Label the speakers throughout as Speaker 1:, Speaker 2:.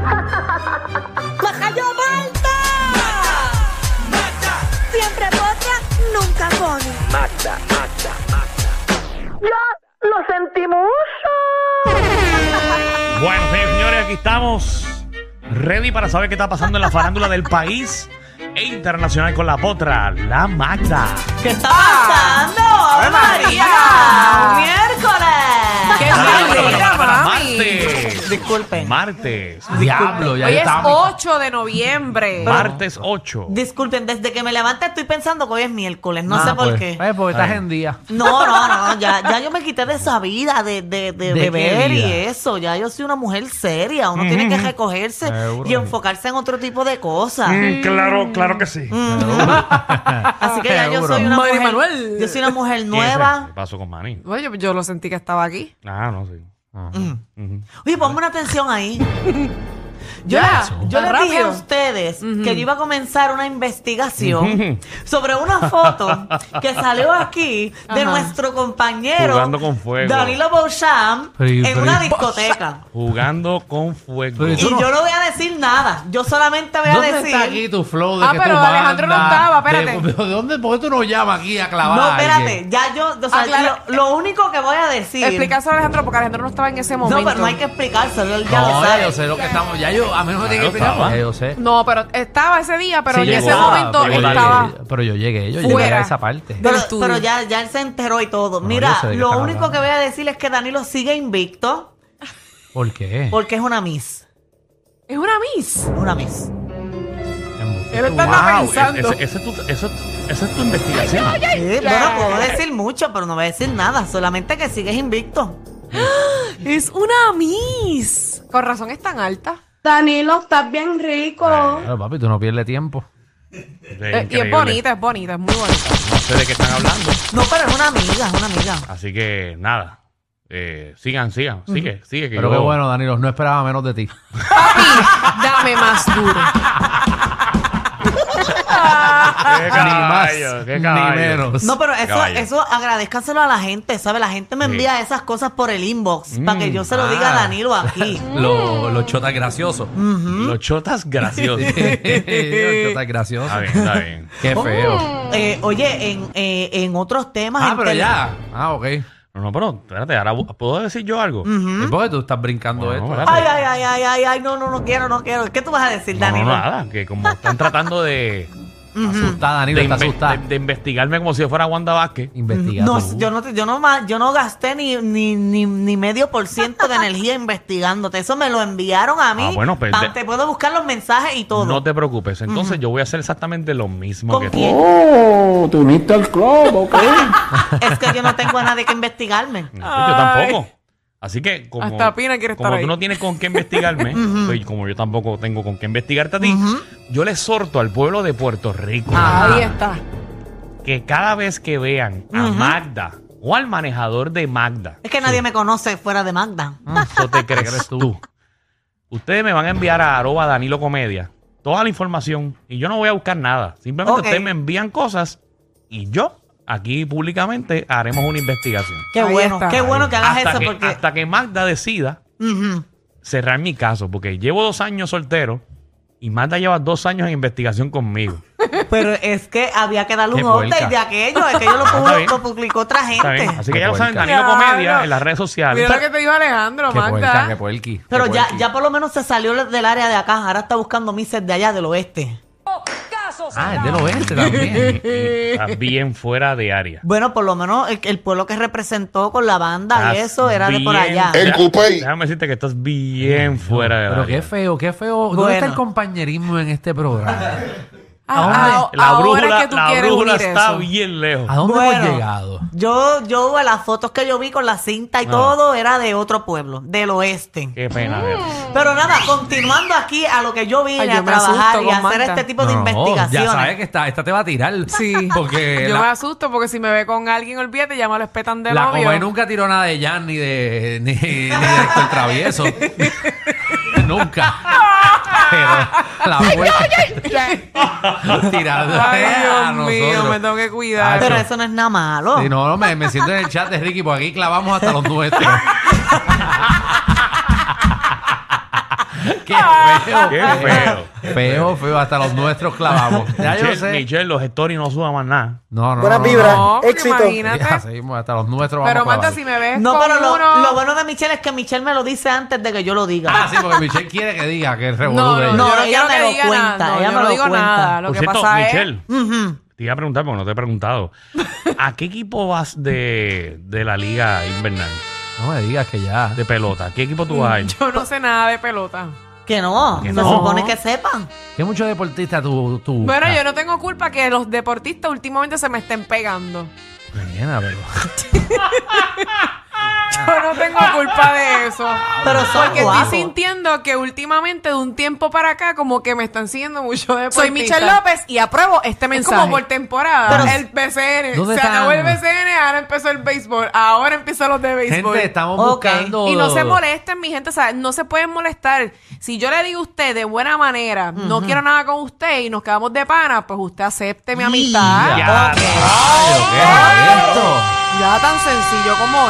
Speaker 1: ¡Lajayo Malta! Siempre potra, nunca pone. ¡Ya lo sentimos!
Speaker 2: Bueno, señores, señores, aquí estamos. Ready para saber qué está pasando en la farándula del país e internacional con la potra, la Magda.
Speaker 3: ¿Qué está pasando? ¡Ave María! ¡Un miércoles! ¡Qué
Speaker 2: Para, para, para, para, para,
Speaker 3: mami!
Speaker 2: martes.
Speaker 3: Disculpen.
Speaker 2: Martes. Diablo, ya
Speaker 4: Hoy es
Speaker 2: estamos.
Speaker 4: 8 de noviembre.
Speaker 2: Martes 8.
Speaker 3: Disculpen, desde que me levanté estoy pensando que hoy es miércoles, no
Speaker 5: Ah,
Speaker 3: sé por
Speaker 5: pues.
Speaker 3: qué.
Speaker 5: Eh, porque
Speaker 2: Ay.
Speaker 5: estás en día.
Speaker 3: No, no, no, ya, ya yo me quité de esa vida de, de, de
Speaker 5: ¿De qué
Speaker 3: beber y
Speaker 5: vida? Mm.
Speaker 3: eso. Ya yo soy una mujer seria, uno tiene que recogerse
Speaker 5: Seguro. Mm.
Speaker 3: y enfocarse en otro tipo de cosas.
Speaker 2: Mm, claro, claro que sí.
Speaker 4: Mm,
Speaker 3: Así que ya yo soy una
Speaker 4: Mari
Speaker 3: mujer,
Speaker 4: Manuel.
Speaker 3: yo soy una mujer nueva.
Speaker 2: ¿Qué pasó con Manny?
Speaker 4: Bueno, yo, yo lo sentí que estaba aquí.
Speaker 2: Ah, no sé.
Speaker 4: Mm.
Speaker 3: Oye, ponme una atención ahí. Yo,
Speaker 4: Ya,
Speaker 3: le- yo
Speaker 4: tan
Speaker 3: les dije a
Speaker 4: rápido.
Speaker 3: ustedes que yo iba a comenzar una investigación sobre una foto que salió aquí de
Speaker 4: Ajá.
Speaker 3: nuestro compañero
Speaker 2: Jugando con fuego.
Speaker 3: Danilo Beauchamp
Speaker 5: Pero,
Speaker 3: en
Speaker 5: pero-
Speaker 3: una discoteca.
Speaker 2: Jugando con fuego.
Speaker 5: Pero
Speaker 3: Y
Speaker 5: eso- Tú no-
Speaker 3: yo no voy a decir nada. Yo solamente voy a
Speaker 5: ¿Dónde
Speaker 3: decir.
Speaker 5: está aquí tu flow de
Speaker 4: Ah,
Speaker 5: que
Speaker 4: pero
Speaker 5: tú
Speaker 4: Alejandro no
Speaker 5: mandas?
Speaker 4: estaba, espérate.
Speaker 5: De, de dónde, ¿Por qué tú no llamas aquí a clavar?
Speaker 3: No,
Speaker 5: a
Speaker 3: espérate.
Speaker 5: Ah, alguien?
Speaker 3: Ya yo. o sea,
Speaker 4: Aclara-
Speaker 3: lo, lo único que voy a decir.
Speaker 4: Explícaselo a Alejandro porque Alejandro no estaba en ese
Speaker 3: no,
Speaker 4: momento.
Speaker 3: pero no hay que explicárselo. Él ya
Speaker 5: No,
Speaker 3: lo
Speaker 5: ya
Speaker 3: sabe.
Speaker 5: yo sé lo que estamos. Ya yo, a menos que tenga que
Speaker 2: Claro,
Speaker 5: explicar,
Speaker 2: estaba.
Speaker 5: porque ya yo sé.
Speaker 4: No, pero estaba ese día, pero
Speaker 5: Sí,
Speaker 4: en
Speaker 5: llegó,
Speaker 4: ese
Speaker 5: ah,
Speaker 4: momento
Speaker 5: pero yo
Speaker 4: estaba.
Speaker 5: llegué, pero yo llegué, yo llegué
Speaker 4: fuera.
Speaker 5: a esa parte.
Speaker 4: del
Speaker 3: Pero,
Speaker 4: estudio.
Speaker 3: pero ya, ya él se enteró y todo.
Speaker 5: No,
Speaker 3: Mira,
Speaker 5: yo sé de qué
Speaker 3: lo
Speaker 5: están
Speaker 3: único
Speaker 5: hablando.
Speaker 3: que voy a decir es que Danilo sigue invicto
Speaker 5: ¿Por qué?
Speaker 3: porque es una miss.
Speaker 4: Es una miss.
Speaker 3: Es una miss.
Speaker 4: Él estaba pensando.
Speaker 2: Esa es, tu- e- ese- esa es tu investigación.
Speaker 3: Sí, Bueno, puedo decir mucho, pero no voy a decir nada. Solamente que sigues invicto.
Speaker 4: Es una miss. Con razón es tan alta.
Speaker 6: Danilo, estás bien rico.
Speaker 5: Claro, papi, tú no pierdes tiempo.
Speaker 2: Es
Speaker 4: Eh, y es
Speaker 2: increíble.
Speaker 4: bonita, es bonita, es muy bonita.
Speaker 2: No sé de qué están hablando.
Speaker 3: No, pero es una amiga, es una amiga.
Speaker 2: Así que nada. Eh, sigan, sigan. Sigue, sigue. que
Speaker 5: Pero
Speaker 2: yo-
Speaker 5: qué bueno, Danilo, no esperaba menos de ti.
Speaker 4: Papi, Ah, dame más duro.
Speaker 2: Qué caballo,
Speaker 5: ni más,
Speaker 2: qué
Speaker 5: ni
Speaker 2: caballo.
Speaker 5: menos.
Speaker 3: No, pero eso,
Speaker 2: Caballo.
Speaker 3: eso agradezcánselo a la gente, ¿sabes? La gente me
Speaker 2: Sí. Mm,
Speaker 3: envía esas cosas por el inbox para que yo se lo
Speaker 5: ah.
Speaker 3: diga a Danilo aquí.
Speaker 5: Lo- Los chotas graciosos.
Speaker 4: Mm.
Speaker 2: Los chotas graciosos.
Speaker 5: Los chotas graciosos.
Speaker 2: está bien, está bien.
Speaker 5: Qué feo.
Speaker 4: Oh,
Speaker 3: Eh, oye, en, eh, en otros temas.
Speaker 5: Ah,
Speaker 3: en
Speaker 5: pero
Speaker 3: tele-
Speaker 5: ya. Ah, ok.
Speaker 2: No, no, pero espérate, ahora bu- ¿puedo decir yo algo?
Speaker 5: ¿Y por qué tú estás brincando
Speaker 2: Bueno,
Speaker 5: esto?
Speaker 2: espérate.
Speaker 3: Ay, ay, ay, ay, ay, ay, no, no, no quiero, no quiero. ¿Qué tú vas a decir,
Speaker 2: No, no,
Speaker 3: Danilo?
Speaker 2: nada, que como están tratando de,
Speaker 5: Asustada,
Speaker 2: de,
Speaker 5: Danilo, está
Speaker 2: inve-
Speaker 5: asustada.
Speaker 2: de- de investigarme como si yo fuera Wanda Vázquez.
Speaker 5: Investiga.
Speaker 3: No,
Speaker 5: tú.
Speaker 3: yo no, te- yo no, ma- yo no gasté ni, ni, ni, ni medio por ciento de energía investigándote. Eso me lo enviaron a mí.
Speaker 2: Ah, bueno, pues,
Speaker 3: Pa-
Speaker 2: de-
Speaker 3: Te puedo buscar los mensajes y todo.
Speaker 2: No te preocupes, entonces yo voy a hacer exactamente lo mismo
Speaker 3: ¿Con
Speaker 2: que tú.
Speaker 3: quién?
Speaker 7: Oh, te uniste al club, ok.
Speaker 3: Es que yo no tengo a nadie que investigarme.
Speaker 2: No, yo tampoco. Así que como,
Speaker 4: Hasta Pina quiere
Speaker 2: como
Speaker 4: estar
Speaker 2: tú
Speaker 4: ahí.
Speaker 2: no tienes con qué investigarme, pues, como yo tampoco tengo con qué investigarte a ti, yo le exhorto al pueblo de Puerto Rico
Speaker 5: Ah.
Speaker 4: Ahí está.
Speaker 2: que cada vez que vean a Magda o al manejador de Magda,
Speaker 3: Es que nadie me conoce fuera de Magda.
Speaker 2: Eso te crees tú. Ustedes me van a enviar a arroba Danilo Comedia toda la información y yo no voy a buscar nada. Simplemente
Speaker 3: Ok.
Speaker 2: ustedes me envían cosas y yo aquí públicamente haremos una investigación.
Speaker 3: Qué
Speaker 4: Ahí
Speaker 3: bueno,
Speaker 4: está.
Speaker 3: qué bueno que hagas
Speaker 2: Hasta
Speaker 3: eso
Speaker 2: que,
Speaker 3: porque.
Speaker 2: hasta que Magda decida
Speaker 3: Ujú.
Speaker 2: cerrar mi caso, porque llevo dos años soltero y Magda lleva dos años en investigación conmigo.
Speaker 3: Pero es que había que darle
Speaker 5: Qué
Speaker 3: un update
Speaker 5: puerca.
Speaker 3: de aquello, es que yo lo,
Speaker 2: Ah, Está
Speaker 3: publicó,
Speaker 2: bien.
Speaker 3: lo publicó otra
Speaker 2: Está bien.
Speaker 3: gente.
Speaker 2: Así que ya lo saben,
Speaker 5: Qué
Speaker 2: Danilo
Speaker 4: puerca.
Speaker 2: Comedia en las redes sociales.
Speaker 4: Mira lo que te dijo Alejandro,
Speaker 5: Qué puerca, qué
Speaker 4: Magda.
Speaker 5: puerqui.
Speaker 3: Pero
Speaker 5: qué
Speaker 3: ya,
Speaker 5: puerqui.
Speaker 3: ya por lo menos se salió del área de acá, ahora está buscando mises de allá del oeste.
Speaker 5: Ah, es del oeste también.
Speaker 2: Estás bien fuera de área.
Speaker 3: Bueno, por lo menos el, el pueblo que representó con la banda y
Speaker 2: Estás
Speaker 3: eso era de por
Speaker 2: bien-
Speaker 3: allá.
Speaker 7: El Coupey.
Speaker 2: Déjame decirte que estás bien fuera de
Speaker 5: Pero
Speaker 2: área.
Speaker 5: qué feo, qué feo. ¿Dónde
Speaker 3: Bueno.
Speaker 5: está el compañerismo en este programa?
Speaker 4: Ah, ah,
Speaker 2: La
Speaker 4: ahora
Speaker 2: brújula,
Speaker 4: es que tú
Speaker 2: la
Speaker 4: quieres
Speaker 2: brújula
Speaker 4: unir
Speaker 2: está
Speaker 4: eso.
Speaker 2: bien lejos.
Speaker 5: ¿A dónde
Speaker 3: Bueno,
Speaker 5: hemos llegado?
Speaker 3: Yo, yo, a las fotos que yo vi con la cinta y
Speaker 2: Ah.
Speaker 3: todo, era de otro pueblo, del oeste.
Speaker 2: Qué
Speaker 4: Mm.
Speaker 2: pena. de-
Speaker 3: Pero nada, continuando aquí a lo que yo vine
Speaker 4: Ay, yo
Speaker 3: a
Speaker 4: me asusto
Speaker 3: trabajar y
Speaker 4: con
Speaker 3: a hacer
Speaker 4: Magda.
Speaker 3: este tipo de
Speaker 5: No,
Speaker 3: investigaciones.
Speaker 5: Ya sabes que esta, esta te va a tirar.
Speaker 4: Sí.
Speaker 5: Porque
Speaker 4: Yo me
Speaker 5: la,
Speaker 4: asusto porque si me ve con alguien, olvídate, ya me lo espetan de
Speaker 5: la
Speaker 4: novio.
Speaker 5: Comay nunca tiró nada de Jan ni de, ni, ni de Héctor Travieso. nunca. Pero la vuelta- Tirando
Speaker 4: Ay,
Speaker 5: a
Speaker 4: Dios mío,
Speaker 5: nosotros. Ah,
Speaker 4: me tengo que cuidar.
Speaker 3: Pero
Speaker 5: Nacho.
Speaker 3: eso no es nada malo.
Speaker 7: Oh.
Speaker 5: Sí, no, no, me, me siento en el chat de Ricky, porque aquí clavamos hasta los nuestros. Qué feo.
Speaker 2: Qué feo.
Speaker 5: Feo, feo, hasta los nuestros clavamos. Ya yo
Speaker 2: Michelle,
Speaker 5: sé.
Speaker 2: Michelle, los stories no suban más nada.
Speaker 5: No, no,
Speaker 7: Buena
Speaker 5: no,
Speaker 3: Ah,
Speaker 7: vibra.
Speaker 5: no.
Speaker 4: no, pero
Speaker 7: Éxito.
Speaker 4: imagínate.
Speaker 5: Ya, seguimos hasta los nuestros.
Speaker 4: pero
Speaker 5: vamos a
Speaker 4: Marta,
Speaker 5: clavar.
Speaker 4: si me ves
Speaker 3: No,
Speaker 4: con
Speaker 3: pero lo,
Speaker 4: uno...
Speaker 3: lo bueno de Michelle es que Michelle me lo dice antes de que yo lo diga.
Speaker 5: Ah, sí, porque Michelle quiere que diga que es revolú
Speaker 4: No,
Speaker 5: de
Speaker 4: no,
Speaker 5: ella.
Speaker 3: No,
Speaker 4: yo
Speaker 3: no, ella
Speaker 4: quiero
Speaker 3: me
Speaker 4: que
Speaker 3: lo
Speaker 4: diga
Speaker 3: cuenta,
Speaker 4: nada.
Speaker 3: ella
Speaker 4: No,
Speaker 3: me
Speaker 4: yo
Speaker 3: lo
Speaker 4: no digo
Speaker 3: cuenta.
Speaker 4: nada. Lo
Speaker 2: Por
Speaker 4: que
Speaker 2: cierto,
Speaker 4: pasa
Speaker 2: Michelle,
Speaker 3: Ujú.
Speaker 2: te iba a preguntar, porque no te he preguntado. ¿A qué equipo vas de, de la liga invernal?
Speaker 5: No me digas que ya.
Speaker 2: De pelota. ¿Qué equipo tú vas a ir?
Speaker 4: es... Yo no sé nada de pelota.
Speaker 3: Que no,
Speaker 2: Que
Speaker 3: se
Speaker 2: no.
Speaker 3: supone que sepan.
Speaker 5: ¿Qué muchos deportistas tú, tú
Speaker 4: Bueno,
Speaker 5: buscas?
Speaker 4: yo no tengo culpa que los deportistas últimamente se me estén pegando.
Speaker 5: Nena, pero...
Speaker 4: Yo no tengo culpa de eso.
Speaker 3: Pero son
Speaker 4: Porque estoy
Speaker 3: guapos.
Speaker 4: sintiendo que últimamente, de un tiempo para acá, como que me están siguiendo mucho deportistas. Soy Michelle López y apruebo este mensaje. Es como por temporada.
Speaker 5: Pero-
Speaker 4: el BCN.
Speaker 5: ¿Dónde
Speaker 4: Se
Speaker 5: están?
Speaker 4: acabó el BCN, ahora empezó el béisbol. Ahora empiezan los de béisbol.
Speaker 5: Gente, estamos
Speaker 3: Ok.
Speaker 5: buscando...
Speaker 4: Y no se molesten, mi gente, o sea, no se pueden molestar. Si yo le digo a usted de buena manera, no quiero nada con usted y nos quedamos de pana, pues usted acepte mi amistad. Ya,
Speaker 2: Ya,
Speaker 5: Ay, ¿qué
Speaker 4: ¡Oh!
Speaker 5: es esto?
Speaker 4: tan sencillo como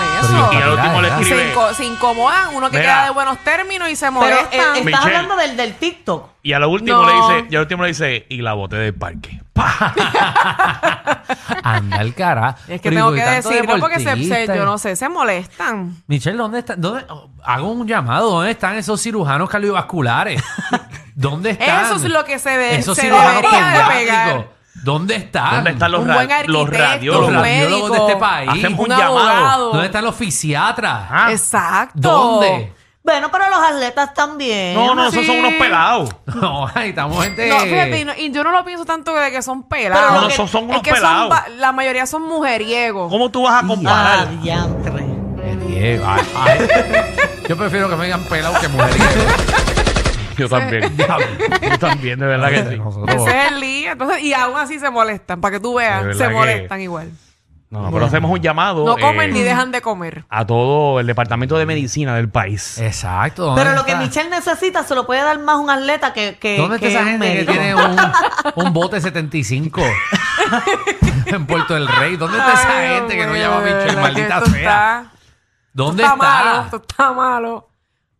Speaker 5: Pero
Speaker 2: Y
Speaker 4: eso.
Speaker 2: al último le
Speaker 5: Ya, ya.
Speaker 4: Y se,
Speaker 2: escribe.
Speaker 4: inco- se incomodan, uno que
Speaker 2: Mira.
Speaker 4: queda de buenos términos y se
Speaker 3: Pero eh,
Speaker 4: molestan.
Speaker 3: estás
Speaker 2: Michelle.
Speaker 3: hablando del, del TikTok.
Speaker 2: Y a lo último
Speaker 4: No.
Speaker 2: le dice, y a lo último le dice, y la boté del parque. ¡Pah!
Speaker 5: Anda al cara.
Speaker 4: es que
Speaker 5: Pero,
Speaker 4: tengo
Speaker 5: ¿y
Speaker 4: que
Speaker 5: tanto
Speaker 4: decirlo porque se, se-
Speaker 5: deportista?
Speaker 4: yo no sé, se molestan.
Speaker 5: Michelle, ¿dónde están? ¿Dónde? oh, Hago un llamado. ¿Dónde están esos cirujanos cardiovasculares? ¿Dónde están?
Speaker 4: Eso es lo que se, de-
Speaker 5: Esos
Speaker 4: se
Speaker 5: cirujanos
Speaker 4: debería de
Speaker 5: pediátricos.
Speaker 4: pegar.
Speaker 5: ¿Dónde están?
Speaker 2: ¿Dónde están los,
Speaker 4: un
Speaker 2: ra-
Speaker 4: buen
Speaker 2: los
Speaker 4: arquitecto,
Speaker 5: los
Speaker 2: radiólogos?
Speaker 4: un
Speaker 5: radiólogos
Speaker 4: médico,
Speaker 5: de este país?
Speaker 2: Hacemos un
Speaker 4: un
Speaker 2: llamado.
Speaker 4: abogado.
Speaker 5: ¿Dónde están los fisiatras?
Speaker 2: Ah,
Speaker 4: Exacto.
Speaker 5: ¿Dónde?
Speaker 3: Bueno, pero los atletas también.
Speaker 2: no, no, esos
Speaker 4: Sí.
Speaker 2: son unos pelados.
Speaker 5: No, ay, estamos gente.
Speaker 4: No, fíjate, y, no- y yo no lo pienso tanto de que son pelados.
Speaker 3: Pero lo No, que-
Speaker 2: son- son unos
Speaker 4: es que son
Speaker 2: pelados.
Speaker 4: va- la mayoría son mujeriegos.
Speaker 2: ¿Cómo tú vas a
Speaker 3: Ah,
Speaker 2: comparar?
Speaker 3: diantre.
Speaker 5: Eh, Diego, ay, ay. Yo prefiero que me digan pelado que mujer.
Speaker 2: Yo también. Yo también, de verdad que sí.
Speaker 4: Ese es el lío. Entonces, y aún así se molestan, para que tú
Speaker 2: De
Speaker 4: veas,
Speaker 2: verdad
Speaker 4: se
Speaker 2: que-
Speaker 4: molestan igual.
Speaker 2: No, no, pero hacemos un
Speaker 5: Oh,
Speaker 2: llamado.
Speaker 4: No comen
Speaker 2: eh,
Speaker 4: ni dejan de comer.
Speaker 2: A todo el departamento de medicina del
Speaker 5: Eh,
Speaker 2: país.
Speaker 5: Exacto. ¿dónde
Speaker 3: Pero lo que
Speaker 5: está?
Speaker 3: Michelle necesita se lo puede dar más un atleta que, que,
Speaker 5: ¿Dónde está
Speaker 3: que
Speaker 5: esa
Speaker 3: un
Speaker 5: gente que
Speaker 3: médico.
Speaker 5: tiene un, un bote 75? en Puerto del Rey. ¿Dónde está esa
Speaker 4: Ay, Dios
Speaker 5: gente que no
Speaker 4: mío,
Speaker 5: llama a
Speaker 4: de
Speaker 5: Michelle?
Speaker 4: verdad que
Speaker 5: Maldita
Speaker 4: esto
Speaker 5: sea.
Speaker 4: está-
Speaker 5: ¿Dónde
Speaker 4: esto
Speaker 5: está?
Speaker 4: está? malo, esto está malo.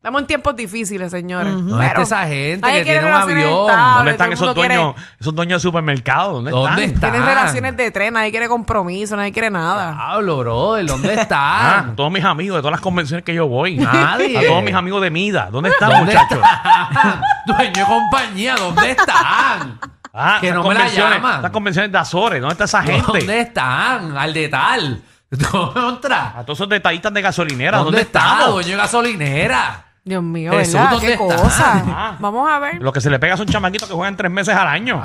Speaker 4: Estamos en tiempos difíciles, señores.
Speaker 5: ¿Dónde está
Speaker 4: Pero
Speaker 5: esa gente
Speaker 4: nadie
Speaker 5: que tiene
Speaker 4: quiere
Speaker 5: un
Speaker 4: relaciones
Speaker 5: avión?
Speaker 2: ¿Dónde
Speaker 4: estables, todo
Speaker 2: están
Speaker 4: el
Speaker 2: esos
Speaker 4: mundo quiere-
Speaker 2: dueños, esos dueños de supermercados? ¿Dónde,
Speaker 5: ¿Dónde
Speaker 2: están?
Speaker 5: están?
Speaker 4: Tiene relaciones de tren, nadie quiere compromiso, nadie quiere nada.
Speaker 5: Pablo, brother, ¿dónde
Speaker 2: Ah,
Speaker 5: están?
Speaker 2: todos mis amigos de todas las convenciones que yo voy.
Speaker 5: Nadie.
Speaker 2: A todos mis amigos de Mida. ¿Dónde están,
Speaker 5: ¿Dónde
Speaker 2: muchachos?
Speaker 5: están? Dueño de compañía, ¿dónde están?
Speaker 2: Ah,
Speaker 5: que
Speaker 2: esas
Speaker 5: no me la
Speaker 2: convenciones-
Speaker 5: llaman.
Speaker 2: Estas convenciones de Azores. ¿Dónde está esa gente?
Speaker 5: ¿Dónde están? Al de tal.
Speaker 2: A
Speaker 5: Contra.
Speaker 2: Ah, todos esos detallistas de gasolinera.
Speaker 5: ¿Dónde,
Speaker 2: ¿Dónde,
Speaker 5: está?
Speaker 2: estamos?
Speaker 5: Dueño de gasolinera.
Speaker 4: Dios mío,
Speaker 5: Jesús,
Speaker 4: ¿verdad?
Speaker 5: ¿dónde
Speaker 4: Qué
Speaker 5: está?
Speaker 4: cosa.
Speaker 2: Ah.
Speaker 4: Vamos a ver.
Speaker 2: Lo que se le pega son chamaquitos que juegan tres meses al año.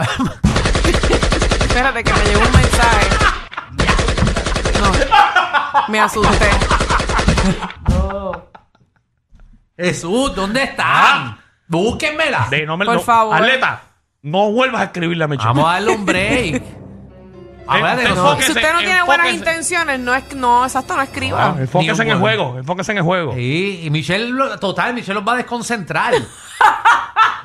Speaker 4: Espérate que me llegó un mensaje. No. Me asusté.
Speaker 5: Jesús, ¿dónde están? Búsquenmela.
Speaker 2: Ah. De, no me-
Speaker 4: Por
Speaker 2: no-
Speaker 4: favor.
Speaker 2: Atleta, no vuelvas a escribirle a Michelle.
Speaker 5: Vamos a darle un break. Ah, Habla de
Speaker 2: Usted
Speaker 5: nosotros.
Speaker 2: Enfóquese,
Speaker 4: si usted no tiene buenas
Speaker 2: enfóquese.
Speaker 4: intenciones, no es no, exacto, no escriba.
Speaker 2: Ah, enfóquese en
Speaker 5: Ni un
Speaker 2: el
Speaker 5: huevo.
Speaker 2: juego. Enfóquese en el juego.
Speaker 5: Sí, y Michelle, lo- total, Michelle los va a desconcentrar.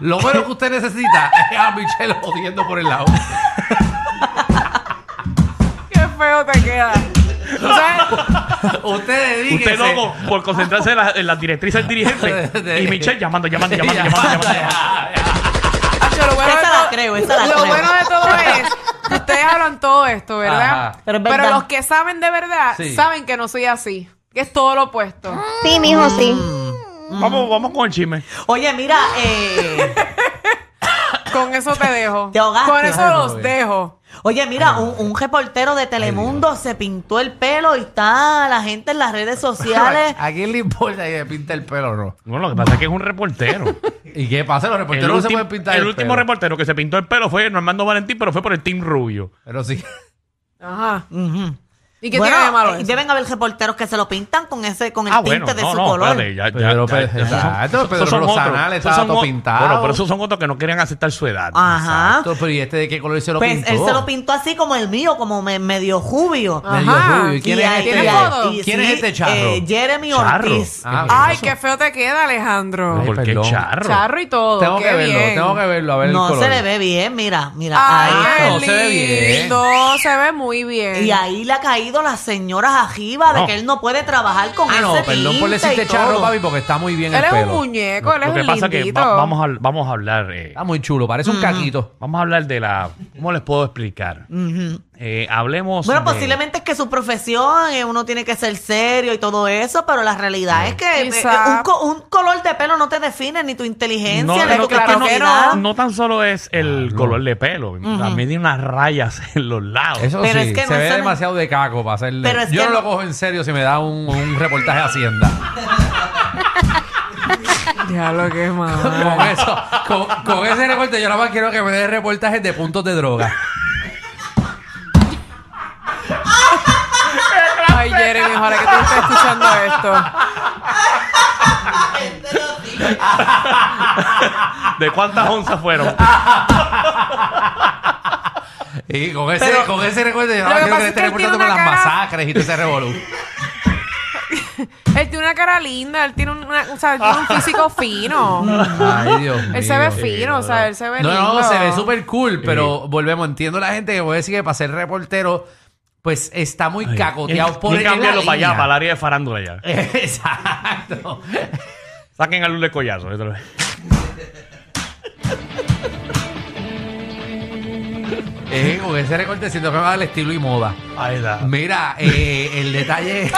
Speaker 5: Lo menos que usted necesita es a Michelle jodiendo por el lado.
Speaker 4: Qué feo te queda. O sea,
Speaker 5: Usted dedíquese.
Speaker 2: Usted loco por concentrarse en la- en las directrices del dirigente. y Michelle llamando, llamando, llamando, llamando, llamando.
Speaker 4: acho, lo bueno
Speaker 3: Esa
Speaker 4: de
Speaker 3: la
Speaker 4: todo-
Speaker 3: creo, esa la
Speaker 4: Lo
Speaker 3: creo.
Speaker 4: bueno de todo es que ustedes hablan todo esto, ¿verdad?
Speaker 5: Ajá.
Speaker 3: Pero es verdad.
Speaker 4: los que saben de verdad
Speaker 5: Sí.
Speaker 4: saben que no soy así. Que es todo lo opuesto.
Speaker 1: Sí, mijo, sí.
Speaker 2: Vamos, vamos con el chisme.
Speaker 3: Oye, mira, eh,
Speaker 4: Con eso te dejo.
Speaker 3: Te ahogaste.
Speaker 4: Con eso
Speaker 3: Ay,
Speaker 4: los
Speaker 5: Robert.
Speaker 4: dejo.
Speaker 3: Oye, mira, un, un reportero de Telemundo se pintó el pelo y está la gente en las redes sociales.
Speaker 5: ¿A quién le importa que le pinta el pelo o no?
Speaker 2: Bueno, lo que pasa es que es un reportero.
Speaker 5: ¿Y qué pasa? Los
Speaker 2: el
Speaker 5: reporteros no se
Speaker 2: ultim-
Speaker 5: pueden pintar el,
Speaker 2: el último
Speaker 5: pelo.
Speaker 2: reportero que se pintó el pelo fue Normando Valentín, pero fue por el Team Rubio.
Speaker 5: Pero sí.
Speaker 4: Ajá.
Speaker 3: Ujú.
Speaker 4: ¿Y qué
Speaker 3: Bueno,
Speaker 4: tiene de malo
Speaker 3: eh,
Speaker 4: eso?
Speaker 3: Deben haber reporteros que se lo pintan con ese, con el
Speaker 2: Ah,
Speaker 5: Ah,
Speaker 3: tinte de su color.
Speaker 2: espérate, ya, ya,
Speaker 5: Pedro
Speaker 2: ya,
Speaker 5: Pe-
Speaker 2: ya, esos son-
Speaker 5: exacto, Pedro
Speaker 2: esos son
Speaker 5: Rosanal
Speaker 2: otros,
Speaker 5: estaba
Speaker 2: esos son
Speaker 5: todo
Speaker 2: o-
Speaker 5: pintado.
Speaker 2: Bueno, pero esos son otros que no querían aceptar su edad.
Speaker 3: Ajá.
Speaker 5: Exacto, pero ¿y este de qué color se lo
Speaker 3: Ah. Pues
Speaker 5: pintó?
Speaker 3: él se lo pintó así como el mío, como me- medio jubio.
Speaker 5: Medio
Speaker 4: Ajá.
Speaker 5: rubio. ¿Y quién
Speaker 3: Y
Speaker 5: es
Speaker 3: ahí-
Speaker 5: este?
Speaker 3: y
Speaker 4: ¿Tiene
Speaker 3: ahí-
Speaker 4: foto?
Speaker 3: y
Speaker 5: ¿Quién
Speaker 3: sí,
Speaker 5: es este charro?
Speaker 3: eh, Jeremy
Speaker 2: Charro.
Speaker 3: Ortiz.
Speaker 5: Ah,
Speaker 4: Ay,
Speaker 5: ¿qué
Speaker 4: qué feo te queda, Alejandro.
Speaker 5: Ay,
Speaker 2: ¿Por qué
Speaker 5: perdón.
Speaker 2: charro?
Speaker 4: Charro y todo.
Speaker 5: Tengo
Speaker 4: oh, qué
Speaker 5: que verlo,
Speaker 4: bien.
Speaker 5: tengo que verlo, a ver el
Speaker 3: No
Speaker 5: color. Ah,
Speaker 3: se le ve bien, mira, mira.
Speaker 4: Ay,
Speaker 3: ahí.
Speaker 5: Ay,
Speaker 4: no, se ve
Speaker 5: bien.
Speaker 4: lindo. Se ve muy bien.
Speaker 3: Y ahí le ha caído la señora Ajiba de
Speaker 2: No.
Speaker 3: que él no puede trabajar con
Speaker 5: Ah,
Speaker 3: ese
Speaker 5: no, perdón por
Speaker 3: tinte
Speaker 5: decirte
Speaker 3: y
Speaker 5: charro,
Speaker 3: todo.
Speaker 5: papi, porque está muy bien
Speaker 4: él
Speaker 5: el
Speaker 4: es un
Speaker 5: pelo.
Speaker 4: muñeco, él es
Speaker 2: Lo que
Speaker 4: un
Speaker 2: pasa es que
Speaker 4: lindito.
Speaker 2: va- vamos, a, vamos a hablar. eh,
Speaker 5: Está muy chulo, parece un caquito.
Speaker 2: vamos a hablar de la. ¿Cómo les puedo explicar?
Speaker 4: Mm.
Speaker 2: Eh, hablemos.
Speaker 3: Bueno,
Speaker 2: de-
Speaker 3: posiblemente es que su profesión, eh, uno tiene que ser serio y todo eso, pero la realidad es que eh,
Speaker 4: Quizá.
Speaker 3: un, co- un color de pelo no te define ni tu inteligencia,
Speaker 2: No,
Speaker 3: ni
Speaker 2: no,
Speaker 3: tu
Speaker 2: claro
Speaker 4: que
Speaker 3: personalidad.
Speaker 2: No tan solo es el color de pelo, también tiene unas rayas en los lados.
Speaker 5: Eso
Speaker 3: Pero
Speaker 5: sí,
Speaker 3: es que
Speaker 5: se
Speaker 3: no
Speaker 5: ve
Speaker 3: son-
Speaker 5: demasiado de caco para hacerle.
Speaker 3: Pero es
Speaker 5: Yo
Speaker 3: que
Speaker 5: no lo
Speaker 3: no-
Speaker 5: cojo en serio si me da un, un reportaje de Hacienda.
Speaker 4: Ya lo que es mal.
Speaker 5: con eso, con, con ese reporte, yo nada más quiero que me dé reportajes de puntos de droga.
Speaker 4: Ay, Jeremy, ojalá que tú estés escuchando esto.
Speaker 2: ¿De cuántas onzas fueron?
Speaker 5: Y con ese,
Speaker 4: Pero-
Speaker 5: con ese recuerdo, yo
Speaker 4: Lo
Speaker 5: nada más quiero
Speaker 4: que
Speaker 5: que
Speaker 4: pasa es
Speaker 5: esté
Speaker 4: que él tiene
Speaker 5: reportando con las
Speaker 4: una cara-
Speaker 5: masacres y todo ese revolú.
Speaker 4: Él tiene una cara linda, él tiene, una, o sea, él tiene un físico fino.
Speaker 5: Ay, Dios mío.
Speaker 4: Él se ve fino, o sea, él se ve
Speaker 5: No,
Speaker 4: lindo.
Speaker 5: no, se ve súper cool, pero volvemos. Entiendo la gente que voy a decir que para ser reportero, pues está muy cacoteado por
Speaker 2: Y
Speaker 5: el
Speaker 2: cambiarlo para allá, para el área de farándula ya.
Speaker 5: Exacto.
Speaker 2: Saquen a Luz de Collazo. otra vez.
Speaker 5: Eh, con ese recorte siento que me va el estilo y moda.
Speaker 2: Ahí está.
Speaker 5: Mira, eh, el detalle es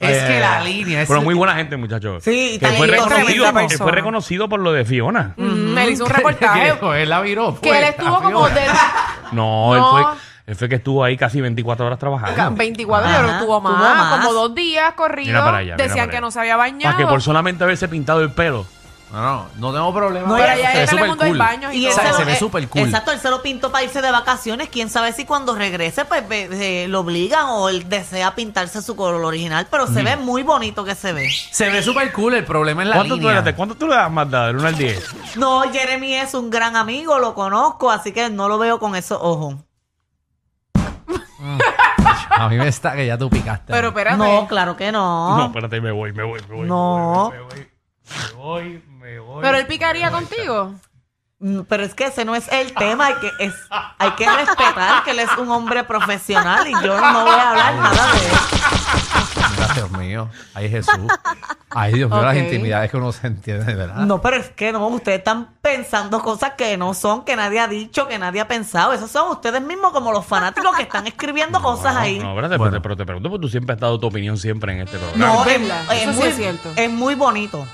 Speaker 5: es que la línea es
Speaker 2: Eh, Pero muy buena gente, muchachos.
Speaker 3: Sí,
Speaker 2: que fue
Speaker 3: talento,
Speaker 2: reconocido,
Speaker 3: tremenda
Speaker 2: que fue
Speaker 4: persona.
Speaker 2: reconocido por lo de Fiona.
Speaker 4: Mm, él hizo un reportaje
Speaker 5: que él la viró.
Speaker 4: que él
Speaker 5: pues,
Speaker 4: estuvo
Speaker 5: la
Speaker 4: como
Speaker 5: fiora.
Speaker 4: de
Speaker 2: No,
Speaker 4: No.
Speaker 2: Él, fue, él fue que estuvo ahí casi 24 horas trabajando.
Speaker 4: 24 yo lo
Speaker 3: Ajá,
Speaker 4: tuvo
Speaker 3: tuvo
Speaker 4: más,
Speaker 3: más.
Speaker 4: como dos días
Speaker 2: Mira
Speaker 4: corridos.
Speaker 2: para allá, mira para
Speaker 4: Decían
Speaker 2: allá.
Speaker 4: que no se había bañado.
Speaker 2: Para que por solamente haberse pintado el pelo.
Speaker 5: No, no, no tengo problema.
Speaker 3: No,
Speaker 4: Pero
Speaker 3: Pero
Speaker 4: allá
Speaker 3: se
Speaker 4: en
Speaker 3: ve
Speaker 4: Telemundo hay
Speaker 5: supercool.
Speaker 4: baños y,
Speaker 3: él
Speaker 5: se-
Speaker 4: todo.
Speaker 5: se ve
Speaker 3: eh,
Speaker 5: súper cool.
Speaker 3: Exacto, él se lo pintó para irse de vacaciones. Quién sabe si cuando regrese, pues ve- se lo obligan o él desea pintarse su color original, pero se ve muy bonito que se ve.
Speaker 5: Se ve súper cool, el problema es la
Speaker 2: ¿Cuánto tú,
Speaker 5: línea.
Speaker 2: espérate, ¿Cuánto tú le das más del 1 al 10?
Speaker 3: No, Jeremy es un gran amigo, lo conozco, así que no lo veo con esos ojos.
Speaker 5: A mí me está que ya tú picaste.
Speaker 4: Pero espérate.
Speaker 3: No, claro que
Speaker 2: No,
Speaker 3: no.
Speaker 2: espérate, me voy, me voy, me voy.
Speaker 3: No.
Speaker 2: Me voy, me voy, me voy. Me voy, me voy.
Speaker 4: pero él picaría contigo.
Speaker 3: Mm, Pero es que ese no es el tema, hay que, es, hay que respetar que él es un hombre profesional y yo no voy a hablar nada de eso.
Speaker 5: Mira, Dios mío. Ay, Jesús. Ay, Dios mío, las
Speaker 4: Ok.
Speaker 5: intimidades que uno se entiende, ¿verdad?
Speaker 3: No, pero es que no, ustedes están pensando cosas que no son, que nadie ha dicho, que nadie ha pensado. Esos son ustedes mismos como los fanáticos que están escribiendo cosas ahí.
Speaker 2: No, espérate,
Speaker 5: Bueno.
Speaker 2: pero, te pregunto, porque tú siempre has dado tu opinión siempre en este programa.
Speaker 3: No,
Speaker 4: Es
Speaker 3: es,
Speaker 4: verdad,
Speaker 3: es
Speaker 4: eso sí
Speaker 3: muy,
Speaker 4: es cierto.
Speaker 3: es muy bonito.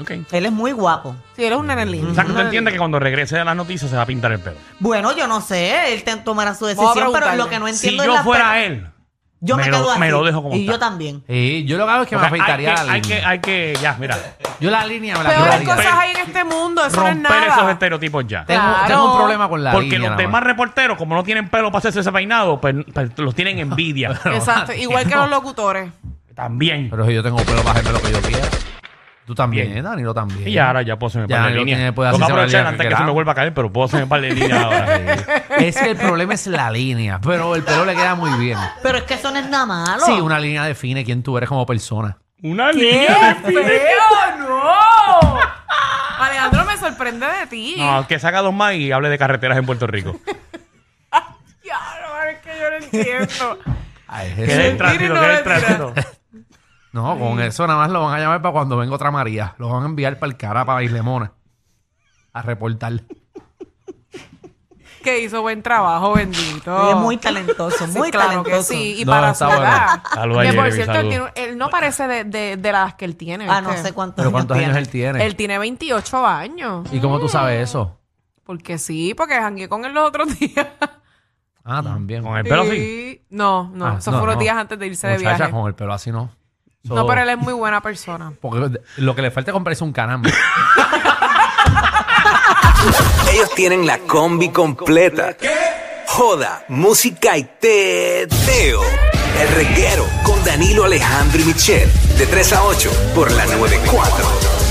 Speaker 2: Ok.
Speaker 3: Él es muy guapo.
Speaker 4: Sí, él es un nene lindo.
Speaker 2: O sea, que tú entiendes que cuando regrese a las noticias se va a pintar el pelo.
Speaker 3: Bueno, yo no sé, él te- tomará su
Speaker 4: a
Speaker 3: decisión, pero
Speaker 4: preguntarle.
Speaker 3: lo que no
Speaker 2: Si
Speaker 3: entiendo es
Speaker 2: yo
Speaker 3: las
Speaker 2: fuera
Speaker 3: per-
Speaker 2: él,
Speaker 3: Yo me,
Speaker 2: me lo-
Speaker 3: quedo así.
Speaker 2: me lo dejo como
Speaker 3: Y
Speaker 2: está.
Speaker 3: yo también.
Speaker 5: Sí, yo lo que hago es que me
Speaker 2: porque hay, que,
Speaker 5: afeitaría la
Speaker 2: hay,
Speaker 5: línea.
Speaker 2: que, hay que, ya, mira,
Speaker 5: Yo la línea me la
Speaker 4: Peores
Speaker 2: Romper-
Speaker 5: afeitaría.
Speaker 4: cosas hay en este mundo, eso no es
Speaker 2: romper
Speaker 4: nada.
Speaker 2: esos estereotipos ya.
Speaker 5: Tengo,
Speaker 4: Claro.
Speaker 5: tengo un problema con la
Speaker 2: Porque
Speaker 5: línea.
Speaker 2: los
Speaker 5: nada más.
Speaker 2: demás reporteros, como no tienen pelo para hacerse ese peinado, pues, pues, los tienen envidia.
Speaker 4: Exacto, igual que los locutores.
Speaker 2: También.
Speaker 5: Pero si yo tengo pelo para hacerme lo que yo quiera. Tú también,
Speaker 2: Bien.
Speaker 5: ¿eh, Danilo también.
Speaker 2: Y ya, ahora ya puedo hacerme un
Speaker 5: Ya,
Speaker 2: par de
Speaker 5: lo tiene,
Speaker 2: líneas.
Speaker 5: puede
Speaker 2: Tengo que
Speaker 5: hacerse la
Speaker 2: aprovechar
Speaker 5: línea
Speaker 2: antes que
Speaker 5: que
Speaker 2: se me
Speaker 5: queramos.
Speaker 2: vuelva a caer, pero puedo hacerme un par de líneas ahora.
Speaker 5: Es que el problema es la línea, pero el pelo le queda muy bien.
Speaker 3: Pero es que eso no es nada malo.
Speaker 5: Sí, una línea define quién tú eres como persona.
Speaker 2: Una línea. de fila.
Speaker 4: ¡Feo, no! Alejandro, me sorprende de ti.
Speaker 2: No, que saca dos más y hable de carreteras en Puerto Rico.
Speaker 4: Ya, no, es que yo no entiendo.
Speaker 5: Ay,
Speaker 2: Que
Speaker 5: Jesús.
Speaker 2: es el tránsito, que es el
Speaker 4: Tira y no
Speaker 2: tránsito.
Speaker 5: No, con eso nada más lo van a llamar para cuando venga otra María. Lo van a enviar para el cara, para Islemona. A reportar.
Speaker 4: que hizo buen trabajo, bendito.
Speaker 3: Es muy talentoso,
Speaker 4: Sí,
Speaker 3: muy
Speaker 4: claro que
Speaker 3: talentoso.
Speaker 4: sí. Y
Speaker 5: No,
Speaker 4: para su
Speaker 5: está bueno.
Speaker 4: edad.
Speaker 2: Saluda a
Speaker 4: que por
Speaker 2: Jeremy,
Speaker 4: cierto,
Speaker 2: saluda.
Speaker 4: él, tiene un- él no parece de, de, de las que él tiene.
Speaker 3: Ah, no
Speaker 4: ¿viste?
Speaker 3: sé cuántos,
Speaker 5: Pero ¿cuántos años él tiene?
Speaker 4: Él tiene 28 años.
Speaker 5: ¿Y cómo tú sabes eso?
Speaker 4: Porque sí, porque jangué con él los otros días. Mm.
Speaker 5: Ah, también.
Speaker 2: Con el pelo sí.
Speaker 4: Y- No, no,
Speaker 5: Ah,
Speaker 4: eso fue unos
Speaker 5: no.
Speaker 4: días antes de irse de
Speaker 5: Muchacha,
Speaker 4: viaje.
Speaker 5: con el pelo así no. Eso-
Speaker 4: No, pero él es muy buena persona.
Speaker 5: Porque lo que le falta es comprarse un canam.
Speaker 8: Ellos tienen la combi completa. Joda, música y teo. El reguero con Danilo Alejandro y Michel. De 3 a 8 por la 94.